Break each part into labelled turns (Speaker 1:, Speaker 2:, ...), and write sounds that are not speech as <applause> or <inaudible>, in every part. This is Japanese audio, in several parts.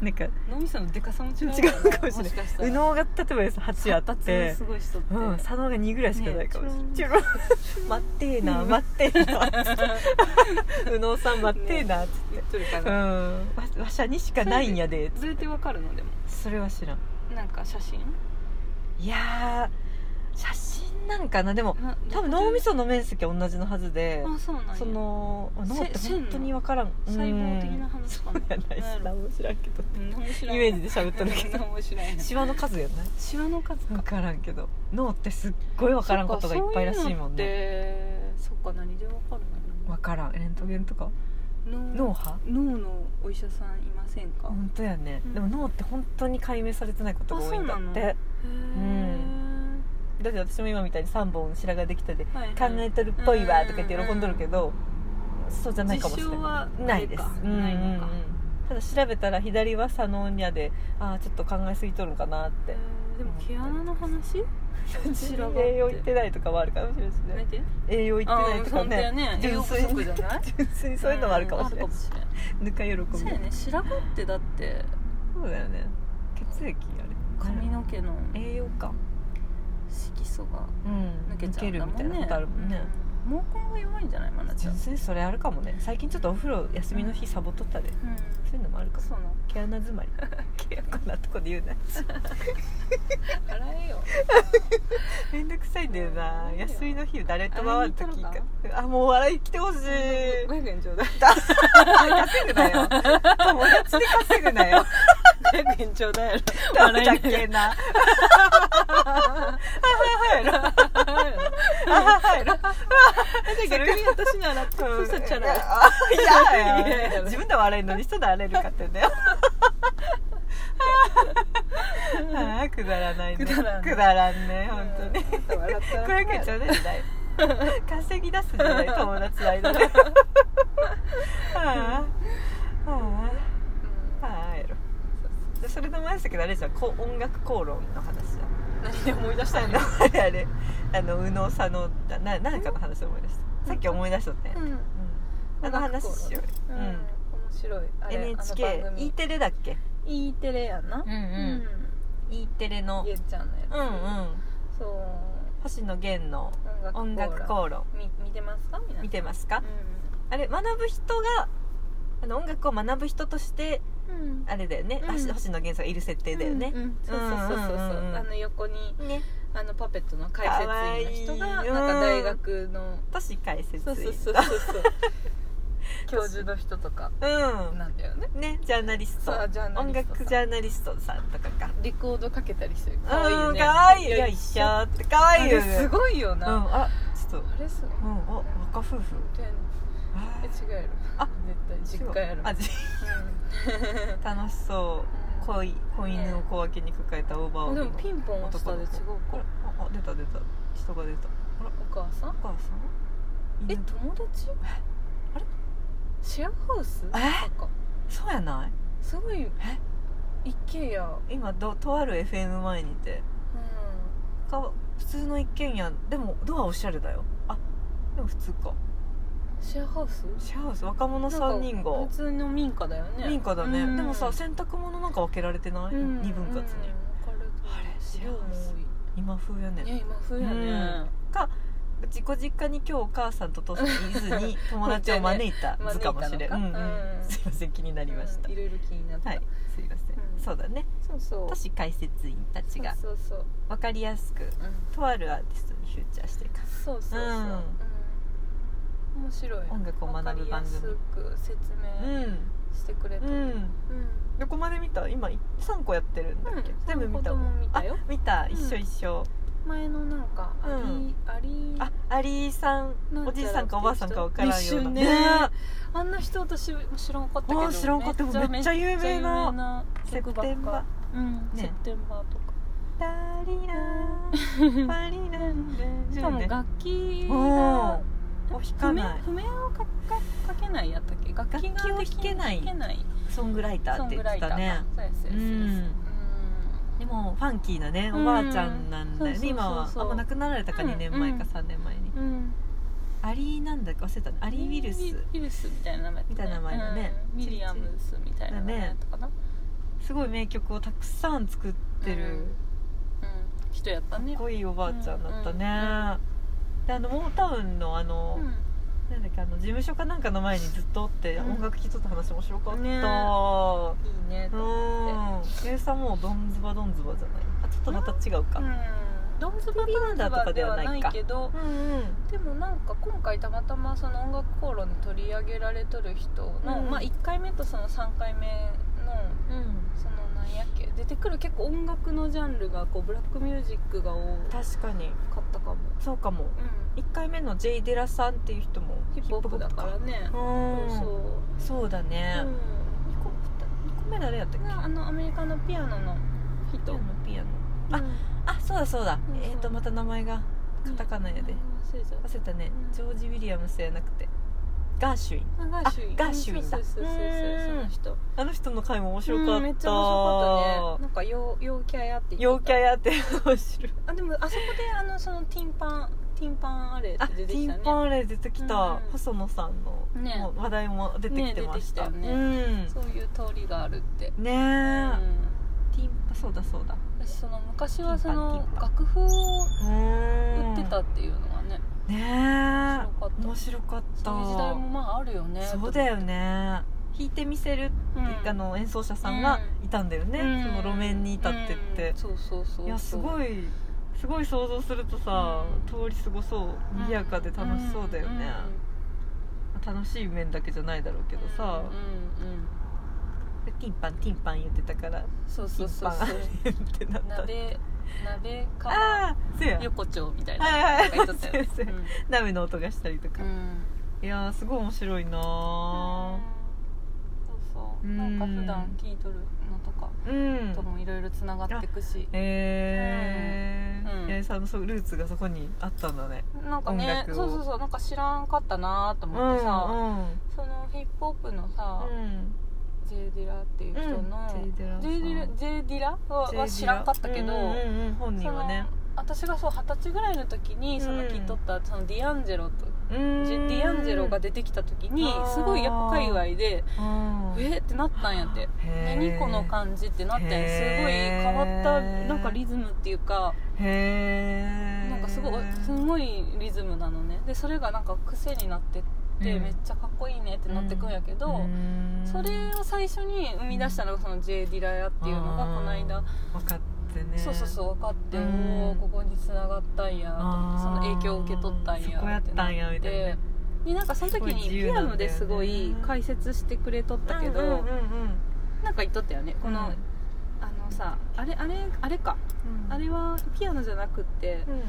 Speaker 1: なんか
Speaker 2: 脳みそのでかさも違う
Speaker 1: 違うかもしれない
Speaker 2: しかしたら
Speaker 1: 右脳が例えば8あっ
Speaker 2: 発
Speaker 1: て
Speaker 2: 達すごい人って、
Speaker 1: うん、左脳が2ぐらいしかないかもしれない、
Speaker 2: ね
Speaker 1: ちょろ待ってーな待ってーなつって右脳さん待ってーなつって、
Speaker 2: 言っとるか
Speaker 1: うん
Speaker 2: ら、
Speaker 1: わわしゃにしかないんやで
Speaker 2: ずれてわかるのでも
Speaker 1: それは知らん
Speaker 2: なんか写真
Speaker 1: いやー写真なんかなでも
Speaker 2: な
Speaker 1: 多分
Speaker 2: どこで
Speaker 1: 脳みその面積は同じのはずで
Speaker 2: あそうなんや
Speaker 1: その脳って
Speaker 2: せ線の
Speaker 1: 本当に分からん
Speaker 2: 細胞的な話かな
Speaker 1: うんそうや <laughs> ないし
Speaker 2: な
Speaker 1: 何
Speaker 2: んや
Speaker 1: も知らんけど
Speaker 2: ろうん何も知らん
Speaker 1: イメージで喋っとるけ
Speaker 2: うん
Speaker 1: ど
Speaker 2: 何も知らんや
Speaker 1: シワの数やない
Speaker 2: シワの数
Speaker 1: 分
Speaker 2: か
Speaker 1: からんけど脳ってすっごい分からんことがいっぱいらしいもんね
Speaker 2: ねそっか何でわかる
Speaker 1: 分からんレントゲンとか
Speaker 2: の
Speaker 1: 脳波
Speaker 2: 脳のお医者さんいませんか、
Speaker 1: 本当やね、
Speaker 2: うん
Speaker 1: でも脳って本当に解明されてないことが多いんだっ
Speaker 2: あそうな
Speaker 1: てだって私も今みたいに3本白髪できたで
Speaker 2: へーはいはい
Speaker 1: 考えとるっぽいわとか言って喜んどるけど、そうじゃないかもしれ
Speaker 2: 実証
Speaker 1: な
Speaker 2: はい
Speaker 1: ないです
Speaker 2: ないか
Speaker 1: うんうんうん
Speaker 2: ないのか
Speaker 1: ただ調べたら左は左脳にゃでああちょっと考えすぎとるんかなっ
Speaker 2: へ
Speaker 1: て
Speaker 2: ーでも毛穴の話白髪って
Speaker 1: 栄養いってないとかもあるかもしれな
Speaker 2: ないんて
Speaker 1: 栄養いってないとか
Speaker 2: あー本当や
Speaker 1: ね
Speaker 2: <laughs> ね栄養不
Speaker 1: 純
Speaker 2: 足
Speaker 1: 粋
Speaker 2: じゃ
Speaker 1: に
Speaker 2: ない
Speaker 1: 純粋 <laughs> にそういうのもあるかもしれない、
Speaker 2: うんあるかもしれない
Speaker 1: ぬか喜び
Speaker 2: そうやね白髪ってだって
Speaker 1: そうだよね血液あれ
Speaker 2: 髪の毛の
Speaker 1: 栄養か
Speaker 2: 色素が
Speaker 1: うん
Speaker 2: 抜けちゃうん
Speaker 1: る
Speaker 2: だ
Speaker 1: み
Speaker 2: も
Speaker 1: た
Speaker 2: ん
Speaker 1: いな
Speaker 2: ね
Speaker 1: ことあるもんね、
Speaker 2: うん毛根が弱いんじゃないまなちゃ
Speaker 1: 純
Speaker 2: ん
Speaker 1: 粋にそれあるかもね最近ちょっとお風呂休みの日サボっとったで、
Speaker 2: うん
Speaker 1: そういうのもあるかも
Speaker 2: そうなの
Speaker 1: 毛穴
Speaker 2: <laughs>
Speaker 1: 詰まりこんなとこで言うな
Speaker 2: 洗えよ
Speaker 1: <laughs> めんどくさいんだよな
Speaker 2: うん
Speaker 1: 休みの日誰と回るとき
Speaker 2: あ見
Speaker 1: あもう笑い来
Speaker 2: <laughs>
Speaker 1: てほしい
Speaker 2: 500円ちょうだい
Speaker 1: 稼ぐな <laughs> よ友達で稼ぐなよ
Speaker 2: 500円ちょうだいやろ
Speaker 1: 誰だっ
Speaker 2: 笑
Speaker 1: けな
Speaker 2: あはやろ逆に私に洗ってふさちゃら
Speaker 1: いやいや自分で笑いのに人で笑えるかってんだよああくだらないね
Speaker 2: くだらんね
Speaker 1: くだらんね本当に
Speaker 2: 笑ったら
Speaker 1: 500円ちょうだい時代稼ぎ出す時代友達の間ではあはあはあやろでそれで思い出したけどあれじゃんこう音楽口論の話じゃん
Speaker 2: 何で思い出したんだ
Speaker 1: あれあれあの右脳左脳だな何かの話で思い出したさっき思い出しとったやん、うん
Speaker 2: ん
Speaker 1: あの話しよう
Speaker 2: うん
Speaker 1: よ、
Speaker 2: 面白いあ
Speaker 1: うん、
Speaker 2: れ
Speaker 1: NHKE テレだっけ
Speaker 2: E テレやんな
Speaker 1: うんうん E テレの
Speaker 2: ゆうちゃんのやつ
Speaker 1: うんうん
Speaker 2: そう
Speaker 1: 星野源の音
Speaker 2: 音楽
Speaker 1: 楽
Speaker 2: コーラ
Speaker 1: 口論
Speaker 2: み見てますか皆さん
Speaker 1: 見てますか、
Speaker 2: う
Speaker 1: あれ学ぶ人があの音楽を学ぶ人として
Speaker 2: んうん
Speaker 1: あれだよね、
Speaker 2: うん
Speaker 1: 星星野源さんがいる設定だよね
Speaker 2: うん、うんそうそうそうそう
Speaker 1: うんうんうんうん
Speaker 2: あの横に
Speaker 1: ね
Speaker 2: あのパペットの解説員の人
Speaker 1: か
Speaker 2: が
Speaker 1: わいい
Speaker 2: なんか大学の
Speaker 1: 都市解説員
Speaker 2: そうそうそうそうそう <laughs> 教授の人とかなんだよね
Speaker 1: うんねジャーナリスト
Speaker 2: そうジャーナ
Speaker 1: 音
Speaker 2: リストさん
Speaker 1: 楽ジャーナリストさんとかか
Speaker 2: レコードかけたりしてる
Speaker 1: うん
Speaker 2: かわいいよね
Speaker 1: かわいいよいしょってかわいいよ
Speaker 2: あれ
Speaker 1: ね
Speaker 2: すごいよ
Speaker 1: うん
Speaker 2: な、
Speaker 1: あちょっと
Speaker 2: あれすごい
Speaker 1: うんあ若夫婦
Speaker 2: 天
Speaker 1: あ
Speaker 2: え違うやろ
Speaker 1: あ
Speaker 2: 絶対実家やろ
Speaker 1: あじ楽しそう子い子犬を小分けに抱えたオーバー
Speaker 2: う
Speaker 1: オ
Speaker 2: ん、
Speaker 1: ー
Speaker 2: で
Speaker 1: ル
Speaker 2: も
Speaker 1: の
Speaker 2: ピンポン押したで違う
Speaker 1: あ
Speaker 2: から
Speaker 1: ああ出た出た人が出た
Speaker 2: お母さん
Speaker 1: お母さん
Speaker 2: え
Speaker 1: 犬と
Speaker 2: 友達
Speaker 1: あれ
Speaker 2: シェアハウスとか
Speaker 1: そうやない
Speaker 2: すごい
Speaker 1: え
Speaker 2: 一軒家うん
Speaker 1: 今どとある FM 前にいてか普通の一軒家でもドアおしゃれだよあでも普通か
Speaker 2: シェアハウス
Speaker 1: シェアハウス若者3人
Speaker 2: なん
Speaker 1: が
Speaker 2: か普通の民家だよね
Speaker 1: 民家だね、
Speaker 2: うん
Speaker 1: でもさ洗濯物なんか分けられてない、
Speaker 2: うん
Speaker 1: 二分
Speaker 2: う
Speaker 1: 割に、
Speaker 2: んわかる
Speaker 1: あれシェ
Speaker 2: 量
Speaker 1: アハウス
Speaker 2: も
Speaker 1: 今風や
Speaker 2: 多い
Speaker 1: ね
Speaker 2: ね今冬や
Speaker 1: うん
Speaker 2: ね
Speaker 1: 自己実家に今日お母さんとお父さんにい
Speaker 2: <laughs>
Speaker 1: ずに友達を招いた図かもしれ
Speaker 2: 招い
Speaker 1: ん、う
Speaker 2: た
Speaker 1: んう
Speaker 2: の
Speaker 1: ん
Speaker 2: かうん
Speaker 1: すいません気になりました、
Speaker 2: うんいろいろ気になった
Speaker 1: はいすいません、
Speaker 2: うん
Speaker 1: そうだね
Speaker 2: そうそう
Speaker 1: 都市解説員たちが
Speaker 2: そうそうそう
Speaker 1: 分かりやすく
Speaker 2: うん
Speaker 1: とあるアーティストにフューチャーしていく
Speaker 2: そうそうそう、
Speaker 1: うん
Speaker 2: うん面白い
Speaker 1: 音楽を学ぶ番組
Speaker 2: わかりやすく説明
Speaker 1: う
Speaker 2: してくれた、
Speaker 1: んうん
Speaker 2: うん
Speaker 1: どこまで見た今3個やってるんだっけ、
Speaker 2: うん
Speaker 1: 全部見た
Speaker 2: 子供見たよ
Speaker 1: あ見た一緒
Speaker 2: うん
Speaker 1: 一緒、
Speaker 2: 前のなんかアリ,、
Speaker 1: うん
Speaker 2: アリ
Speaker 1: あアリーさん
Speaker 2: なんちゃら
Speaker 1: おじいさんかおばあさんかわからんような
Speaker 2: 一瞬ねあんな人私も知らんかったけ
Speaker 1: あ
Speaker 2: ど
Speaker 1: ー知らんかっためっちゃ有名な
Speaker 2: めっちゃ有名な曲ばっか
Speaker 1: セプテンバ
Speaker 2: うん、
Speaker 1: ね
Speaker 2: セプテンバーとか
Speaker 1: ダリラーパリランルンルン
Speaker 2: しかも楽器
Speaker 1: お
Speaker 2: が
Speaker 1: ーを弾
Speaker 2: 譜
Speaker 1: か
Speaker 2: 面
Speaker 1: ない
Speaker 2: 譜面をかかかけないやったっけ楽器が
Speaker 1: 楽器を弾けない
Speaker 2: 弾けない
Speaker 1: ソングライター
Speaker 2: ソ
Speaker 1: っ
Speaker 2: ン
Speaker 1: て
Speaker 2: グ
Speaker 1: 言
Speaker 2: ラ
Speaker 1: って
Speaker 2: イター
Speaker 1: た
Speaker 2: か
Speaker 1: ね
Speaker 2: そうですそう
Speaker 1: う
Speaker 2: ですそうです
Speaker 1: んでもファンキーなねおばあちゃんなんだよね、
Speaker 2: うん
Speaker 1: 今は
Speaker 2: そうそうそうそう
Speaker 1: あもう亡くなられたか
Speaker 2: うん
Speaker 1: 2年前か3年前に、
Speaker 2: うんうん
Speaker 1: アリーなんだか忘れたねアリー・ウィルス
Speaker 2: ウィルスみたいな名前
Speaker 1: みたいな名前だね
Speaker 2: うんミリアムスみたいな名前だったかな
Speaker 1: すごい名曲をたくさん作ってる、
Speaker 2: うん人やった
Speaker 1: かっ
Speaker 2: ね
Speaker 1: こいいおばあちゃんだっ
Speaker 2: うん
Speaker 1: たね、
Speaker 2: うん
Speaker 1: であのモータウンのあの、
Speaker 2: うん
Speaker 1: なんだっけあの事務所かなんかの前にずっとおって、
Speaker 2: うん
Speaker 1: 音楽聴いとった話面白かった、
Speaker 2: ねいいね
Speaker 1: う
Speaker 2: と思っ
Speaker 1: んゆうさんもうどんずばどんずばじゃないあちょっとまた違う
Speaker 2: て
Speaker 1: か
Speaker 2: うんドンズバ
Speaker 1: ビビアンダーとかではないか
Speaker 2: けど
Speaker 1: うんうん
Speaker 2: でもなんか今回たまたまその音楽口論に取り上げられとる人の、
Speaker 1: うん
Speaker 2: まあ1回目とその3回目の
Speaker 1: うん
Speaker 2: そのなんやっけ出てくる結構音楽のジャンルがこうブラックミュージックが多か
Speaker 1: 確か
Speaker 2: っ
Speaker 1: に
Speaker 2: たかも、
Speaker 1: そうかも
Speaker 2: う
Speaker 1: 1回目の J ・デラさんっていう人も
Speaker 2: ん、ヒップホップだからね
Speaker 1: う
Speaker 2: そうんそう、
Speaker 1: そうだ
Speaker 2: う
Speaker 1: ね、
Speaker 2: ん、
Speaker 1: 二 2, 個2個目誰やったっけ
Speaker 2: があのアメリカのピアノの
Speaker 1: ピ
Speaker 2: 人
Speaker 1: アノピアノ
Speaker 2: あ
Speaker 1: あそうだそうだ、
Speaker 2: うん
Speaker 1: えっ、ー、とまた名前がカタカナやで
Speaker 2: 忘れちゃっ
Speaker 1: 忘れたね、
Speaker 2: うん
Speaker 1: ジョージ・ウィリアムスやなくてガーシュウィン
Speaker 2: たガーシュウィン
Speaker 1: ガーシュウィン
Speaker 2: そ
Speaker 1: だ
Speaker 2: うそうそうそうその人
Speaker 1: あの人の回も面白かった、
Speaker 2: うんめっちゃ面白かったねなんか陽陽キャやって言ってた
Speaker 1: 陽キャやって面白い
Speaker 2: あでもあそこであのそのティンパンティンパンあれ
Speaker 1: あ
Speaker 2: って出て
Speaker 1: テ
Speaker 2: きたね
Speaker 1: ィンパンあれ出てきた、
Speaker 2: うん
Speaker 1: 細野さんの、
Speaker 2: ね
Speaker 1: もう話題も出てきてまし
Speaker 2: ね
Speaker 1: た,、
Speaker 2: 出てきたよそういう通りがあるって
Speaker 1: うんねえ、ティンパそうだそうだ
Speaker 2: うん、私その昔はそ
Speaker 1: ティン
Speaker 2: の
Speaker 1: パンティンパン
Speaker 2: 楽譜を
Speaker 1: 売
Speaker 2: 売ってたっていうのがね、
Speaker 1: ねえ面
Speaker 2: 面
Speaker 1: 白かった
Speaker 2: そういう時代もまああるよね
Speaker 1: そうだよね弾いてみせるって、
Speaker 2: と思って、うん、
Speaker 1: あの演奏者さんがいたんだよね、
Speaker 2: うん
Speaker 1: その路面にいたってって、
Speaker 2: うんそうそうそうそう
Speaker 1: い
Speaker 2: い
Speaker 1: やすご
Speaker 2: い
Speaker 1: いすごい想像するとさ、
Speaker 2: うん
Speaker 1: 通り過ごそう賑やかで楽しそうだよね、楽しい面だけじゃないだろうけどさ、
Speaker 2: うんうんうん
Speaker 1: でティンパンティンパン言ってたから
Speaker 2: そうそうそうそう
Speaker 1: ティンパンってなった
Speaker 2: 鍋鍋か
Speaker 1: ああそうや
Speaker 2: 横丁みたいな
Speaker 1: はいはい <laughs>
Speaker 2: なんか言っとったよね
Speaker 1: そうそう鍋の音がしたりとか、
Speaker 2: うんうん
Speaker 1: いやーすごい面白いな
Speaker 2: そうそう
Speaker 1: うん
Speaker 2: なんか普段聞いとるのとか
Speaker 1: ーうん
Speaker 2: ともいろいろつながってくし、
Speaker 1: えー
Speaker 2: うん
Speaker 1: 八重さんのそうルーツがそこにあったんだね
Speaker 2: なんかね
Speaker 1: 音楽を
Speaker 2: そうそうそうなんか知らんかったなと
Speaker 1: うん
Speaker 2: 思ってさ、
Speaker 1: うん
Speaker 2: そのヒップホップのさ、
Speaker 1: うん
Speaker 2: ジェイディラっていう人の、
Speaker 1: うん J ディラ
Speaker 2: ジェイディラジェイディラは
Speaker 1: J
Speaker 2: は知らんかったけど、
Speaker 1: うんうんうん本
Speaker 2: そ
Speaker 1: 人は
Speaker 2: の
Speaker 1: ね
Speaker 2: 私がそう二十歳ぐらいの時にその
Speaker 1: うん
Speaker 2: 聞いとった、そのディアンジェロと、
Speaker 1: デ
Speaker 2: ジェディアンジェロが出てきた時に
Speaker 1: あー
Speaker 2: すごいやっぱ界隈で「
Speaker 1: え
Speaker 2: えっ?」ってなったんやって。何この感じってなってすごい
Speaker 1: へー
Speaker 2: 変わったなんかリズムっていうか
Speaker 1: へえ
Speaker 2: なんかすごいすごいリズムなのねでそれがなんか癖になってって
Speaker 1: うん
Speaker 2: めっちゃかっこいいねってなってくんやけど、それを最初に生み出したのがその J ・ディラヤっていうのがこの間、
Speaker 1: 分かってね
Speaker 2: そうそうそう分かって、
Speaker 1: うん
Speaker 2: おおここに繋がったんやと思ってその
Speaker 1: あー
Speaker 2: 影響を受け取ったんや
Speaker 1: そこやったんやみたいなね
Speaker 2: でなんかその時に
Speaker 1: すごい自
Speaker 2: ピ
Speaker 1: 由な
Speaker 2: ア
Speaker 1: んだよね
Speaker 2: ノですごい解説してくれとったけど、
Speaker 1: うんうんうんうん
Speaker 2: なんか言っとったよねこの、
Speaker 1: うん
Speaker 2: あのさあれあれあれか
Speaker 1: うん
Speaker 2: あれはピアノじゃなくって、
Speaker 1: うん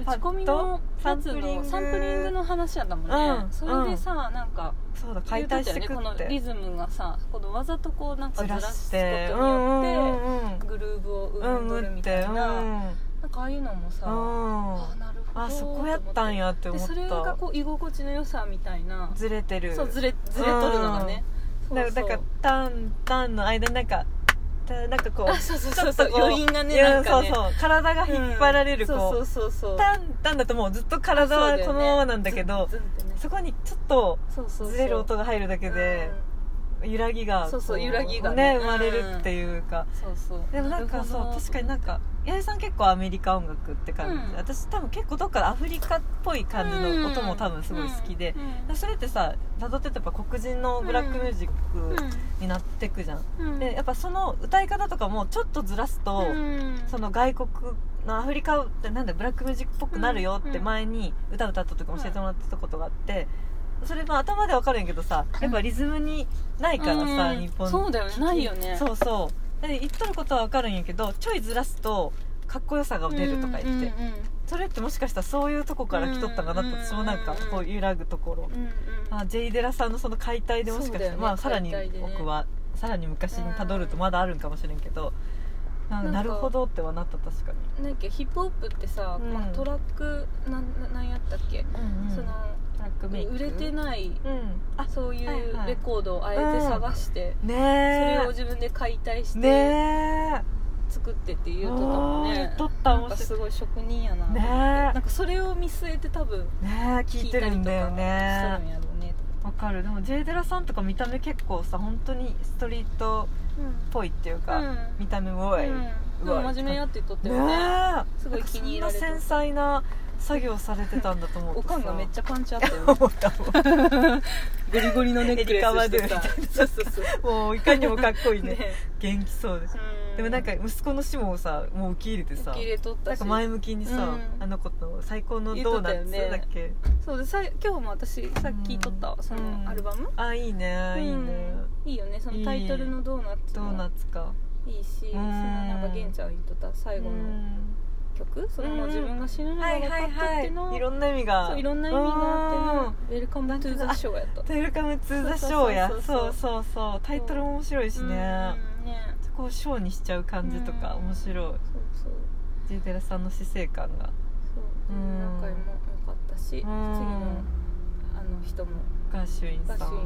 Speaker 2: 打ち込みのやつの
Speaker 1: サ
Speaker 2: サ
Speaker 1: ン
Speaker 2: ン
Speaker 1: プ
Speaker 2: プ
Speaker 1: リ
Speaker 2: リン
Speaker 1: ング
Speaker 2: グの話やったもんね、
Speaker 1: うん
Speaker 2: それでさ、なんか
Speaker 1: そうだ解体してく
Speaker 2: 言うと
Speaker 1: っ
Speaker 2: ったよねこのリ
Speaker 1: て
Speaker 2: ズムがさこのわざとこうなんか
Speaker 1: ず
Speaker 2: ず
Speaker 1: ら
Speaker 2: ら
Speaker 1: し
Speaker 2: す
Speaker 1: て
Speaker 2: ことによって、
Speaker 1: うん
Speaker 2: グルーブを
Speaker 1: うん
Speaker 2: 生ん
Speaker 1: うん
Speaker 2: ど
Speaker 1: うん
Speaker 2: る
Speaker 1: うん
Speaker 2: み
Speaker 1: って
Speaker 2: たいな、
Speaker 1: うん
Speaker 2: なんかああいうのもさ、ああ
Speaker 1: あ
Speaker 2: なるほど
Speaker 1: あそこやったん
Speaker 2: や
Speaker 1: やっ
Speaker 2: で
Speaker 1: て思っ
Speaker 2: それが
Speaker 1: た
Speaker 2: こう居心地の良さみたいな
Speaker 1: ずれてる
Speaker 2: そうずれずれとるのがね、
Speaker 1: だ
Speaker 2: そうそう
Speaker 1: からタンタンの間になんかたなんかこ
Speaker 2: あ
Speaker 1: う
Speaker 2: そうそう
Speaker 1: ち
Speaker 2: そ
Speaker 1: ょ
Speaker 2: う
Speaker 1: っと
Speaker 2: そう
Speaker 1: こう
Speaker 2: 余韻が
Speaker 1: い
Speaker 2: ね
Speaker 1: や
Speaker 2: なんかね
Speaker 1: そうそう体が引っ張られる
Speaker 2: うんそ
Speaker 1: こ
Speaker 2: う
Speaker 1: う
Speaker 2: そうそうそう
Speaker 1: タンタンだともうずっと体はこのままなんだけど
Speaker 2: そうよねズンズンってね
Speaker 1: そこにちょっと
Speaker 2: そうそうそう
Speaker 1: ずれる音が入るだけで揺らぎが
Speaker 2: そうそう
Speaker 1: こ
Speaker 2: 揺らぎがね
Speaker 1: 生まれるっていうか
Speaker 2: うんそうそう
Speaker 1: でもなんかそう確かになんか八重さん結構アメリカ音楽って感じ
Speaker 2: うん
Speaker 1: で私多分結構どっかアフリカっぽい感じの音も多分すごい好きで
Speaker 2: うん
Speaker 1: でそれってさ辿ってってやっぱ黒人のブラックミュージックになってくじゃん
Speaker 2: うん
Speaker 1: でやっぱその歌い方とかもちょっとずらすと、
Speaker 2: うん
Speaker 1: その外国のアフリカってなんだブラックミュージックっぽくなるよって
Speaker 2: うん
Speaker 1: 前に歌歌った時も教えてもらってたことがあってそれまあ頭でわかるんやけどさやっぱリズムにないからさ、
Speaker 2: うん
Speaker 1: 日本
Speaker 2: そうだよねないよね
Speaker 1: そうそうで言っとることはわかるんやけどちょいずらすとかっこよさが出るとか言って、
Speaker 2: うんうん
Speaker 1: それってもしかしたらそういうとこから来とったかなって私もなんかこう揺らぐところ、
Speaker 2: うんうん
Speaker 1: あジェイデラさんのその解体でもし
Speaker 2: そうだ
Speaker 1: かして、
Speaker 2: よね
Speaker 1: まあさらに
Speaker 2: 解体でね
Speaker 1: 奥は、さらに昔にたどるとまだあるんかもしれんけど、なんか
Speaker 2: な
Speaker 1: なん
Speaker 2: か
Speaker 1: るほどってはなった確かに、
Speaker 2: なんかヒップホップってさ、
Speaker 1: うん
Speaker 2: まあ、トラックなんななんやったっけ、その
Speaker 1: トラックメイク
Speaker 2: 売れてない
Speaker 1: うんあ
Speaker 2: そうい
Speaker 1: はいうはい
Speaker 2: レコードをあえて探して、そ
Speaker 1: ね
Speaker 2: れを
Speaker 1: え
Speaker 2: 自分で解体し
Speaker 1: ね
Speaker 2: て
Speaker 1: え
Speaker 2: 作ってって言うとったもんね、
Speaker 1: あー言っとった
Speaker 2: なんかすごい職人やなと思って、
Speaker 1: ねえ
Speaker 2: なんかそれを見据えて多分
Speaker 1: ねえ聞いてるんだよ
Speaker 2: 聞いたりとかしと
Speaker 1: ね
Speaker 2: るんやろうねと思
Speaker 1: わかるでも J デラさんとか見た目結構さ本当にストリートっぽいっていうか、
Speaker 2: うん
Speaker 1: 見た目もわい、
Speaker 2: うん
Speaker 1: ね
Speaker 2: でも真面目やって言っとった
Speaker 1: え
Speaker 2: よねすごい
Speaker 1: なんか
Speaker 2: 気に入られて
Speaker 1: そんな繊細な作業されてたんだと思う
Speaker 2: お
Speaker 1: と
Speaker 2: かんがめっち
Speaker 1: ゃ
Speaker 2: ゃパンチあったよ
Speaker 1: 思ったもん
Speaker 2: ゴリゴリのネックレスしてさ
Speaker 1: <laughs> エリカバドゥ
Speaker 2: そうそうそう
Speaker 1: もういかにもかっこ <laughs> いいね
Speaker 2: ね
Speaker 1: 元気そうです
Speaker 2: う
Speaker 1: でもなんか息子のシモをさもう受け入れて
Speaker 2: 受
Speaker 1: さ
Speaker 2: け入れとっ
Speaker 1: な
Speaker 2: た
Speaker 1: ん
Speaker 2: し
Speaker 1: か前向きにさ、
Speaker 2: うん
Speaker 1: あの子と最高のド
Speaker 2: 言っと
Speaker 1: ーナツ
Speaker 2: ったよね
Speaker 1: だっけ
Speaker 2: そうでさい今日も私さっき撮った
Speaker 1: うん
Speaker 2: そのアルバム、
Speaker 1: あいいねいいね、
Speaker 2: うんいいよねそのタイトルの「ドーナツ」
Speaker 1: ドーナ
Speaker 2: も
Speaker 1: ツか
Speaker 2: いいし
Speaker 1: ん
Speaker 2: そのなんか源ちゃん言っとった最後
Speaker 1: う
Speaker 2: の
Speaker 1: ん
Speaker 2: 曲それも
Speaker 1: うん
Speaker 2: 自分が死ぬのが
Speaker 1: はい
Speaker 2: 分
Speaker 1: は
Speaker 2: か
Speaker 1: い
Speaker 2: ったって
Speaker 1: はいいう
Speaker 2: のはい
Speaker 1: ろんな意味が
Speaker 2: そういろんな意味があっての「ウェルカム・トゥ・ザ・ショー」やった
Speaker 1: ウェルカム・ツー・ザ・ショーや
Speaker 2: そう
Speaker 1: そ
Speaker 2: そうう
Speaker 1: そうそうタイトルも面白いしね
Speaker 2: うんね
Speaker 1: そこをショーにしちゃう感じとか
Speaker 2: うん
Speaker 1: 面白い
Speaker 2: そうそう
Speaker 1: ジェデラさんの死生観が
Speaker 2: そう
Speaker 1: うん
Speaker 2: 何回も良かったし次のあの人も
Speaker 1: ガーシュインさ
Speaker 2: ガ
Speaker 1: ん
Speaker 2: シーも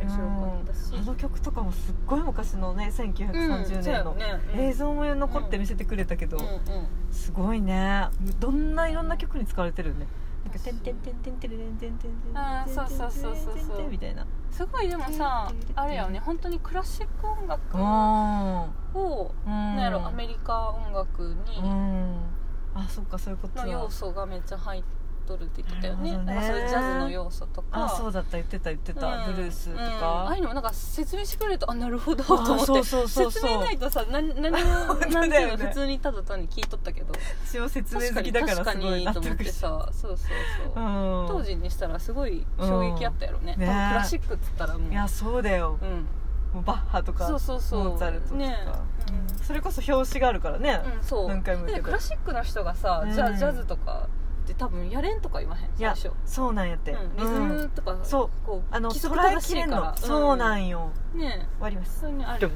Speaker 2: 面白かったし
Speaker 1: うんあの曲とかもすっごい昔のね1930年の
Speaker 2: うんそうやねうん
Speaker 1: 映像も残って見せてくれたけど
Speaker 2: うんうん
Speaker 1: すごいねどんないろんな曲に使われてるよねなんか「てんてんてんてんてんてんてんてんてんてんてんてんてん
Speaker 2: あーそうそうそうそうそう
Speaker 1: てんてんみたいな
Speaker 2: すごいでもさあれやよね本当にクラシック音楽
Speaker 1: あ
Speaker 2: を
Speaker 1: ーうん
Speaker 2: なんやろアメリカ音楽
Speaker 1: う
Speaker 2: に
Speaker 1: んあそっかそういうことだ
Speaker 2: の要素がめっちゃ入っとるって言ってたよね
Speaker 1: な
Speaker 2: なん
Speaker 1: るほどね
Speaker 2: かそういうジャズの要素とか
Speaker 1: あそうだった言ってた言ってた、
Speaker 2: うん
Speaker 1: ブルースと
Speaker 2: うんあ
Speaker 1: か
Speaker 2: あい、うのもなんか説明してくれるとあなるほどと
Speaker 1: あ
Speaker 2: 思って
Speaker 1: そうそうそうそう
Speaker 2: 説明ないとさ何
Speaker 1: <laughs>
Speaker 2: 何も
Speaker 1: 本当だよ
Speaker 2: 何
Speaker 1: ね
Speaker 2: ていうの普通にただ単に聞いとったけど
Speaker 1: 一応説明
Speaker 2: 確か
Speaker 1: 好き
Speaker 2: に
Speaker 1: だか
Speaker 2: 確
Speaker 1: ら
Speaker 2: か
Speaker 1: すごい
Speaker 2: に
Speaker 1: 納
Speaker 2: と思っ
Speaker 1: 得
Speaker 2: て
Speaker 1: した
Speaker 2: さそうそうそう、
Speaker 1: 当
Speaker 2: 当時にしたらすごい衝撃あったやろね,、
Speaker 1: うんね
Speaker 2: 多分クラシックっつったらもう
Speaker 1: いやそうだよ
Speaker 2: うん
Speaker 1: もうバッハとか
Speaker 2: そうそうそう
Speaker 1: モーツァルトとか、
Speaker 2: ね
Speaker 1: うんそれこそ表紙があるからね、
Speaker 2: うん、そう
Speaker 1: 何回も言う
Speaker 2: で
Speaker 1: けど
Speaker 2: クラシックの人がさ、ジ
Speaker 1: う
Speaker 2: ャ
Speaker 1: ん
Speaker 2: ジャズとかって多分やれんとか言わへん
Speaker 1: い
Speaker 2: 最
Speaker 1: や
Speaker 2: 初、
Speaker 1: そうなんやって、
Speaker 2: うん、リズ
Speaker 1: うん
Speaker 2: ムとか、
Speaker 1: そう
Speaker 2: こう
Speaker 1: あの
Speaker 2: 規則
Speaker 1: 捉え
Speaker 2: 正
Speaker 1: き
Speaker 2: しい
Speaker 1: れん
Speaker 2: か
Speaker 1: の、
Speaker 2: ら
Speaker 1: そうなん
Speaker 2: ね
Speaker 1: よ
Speaker 2: え
Speaker 1: 終わります
Speaker 2: そういうのあるよね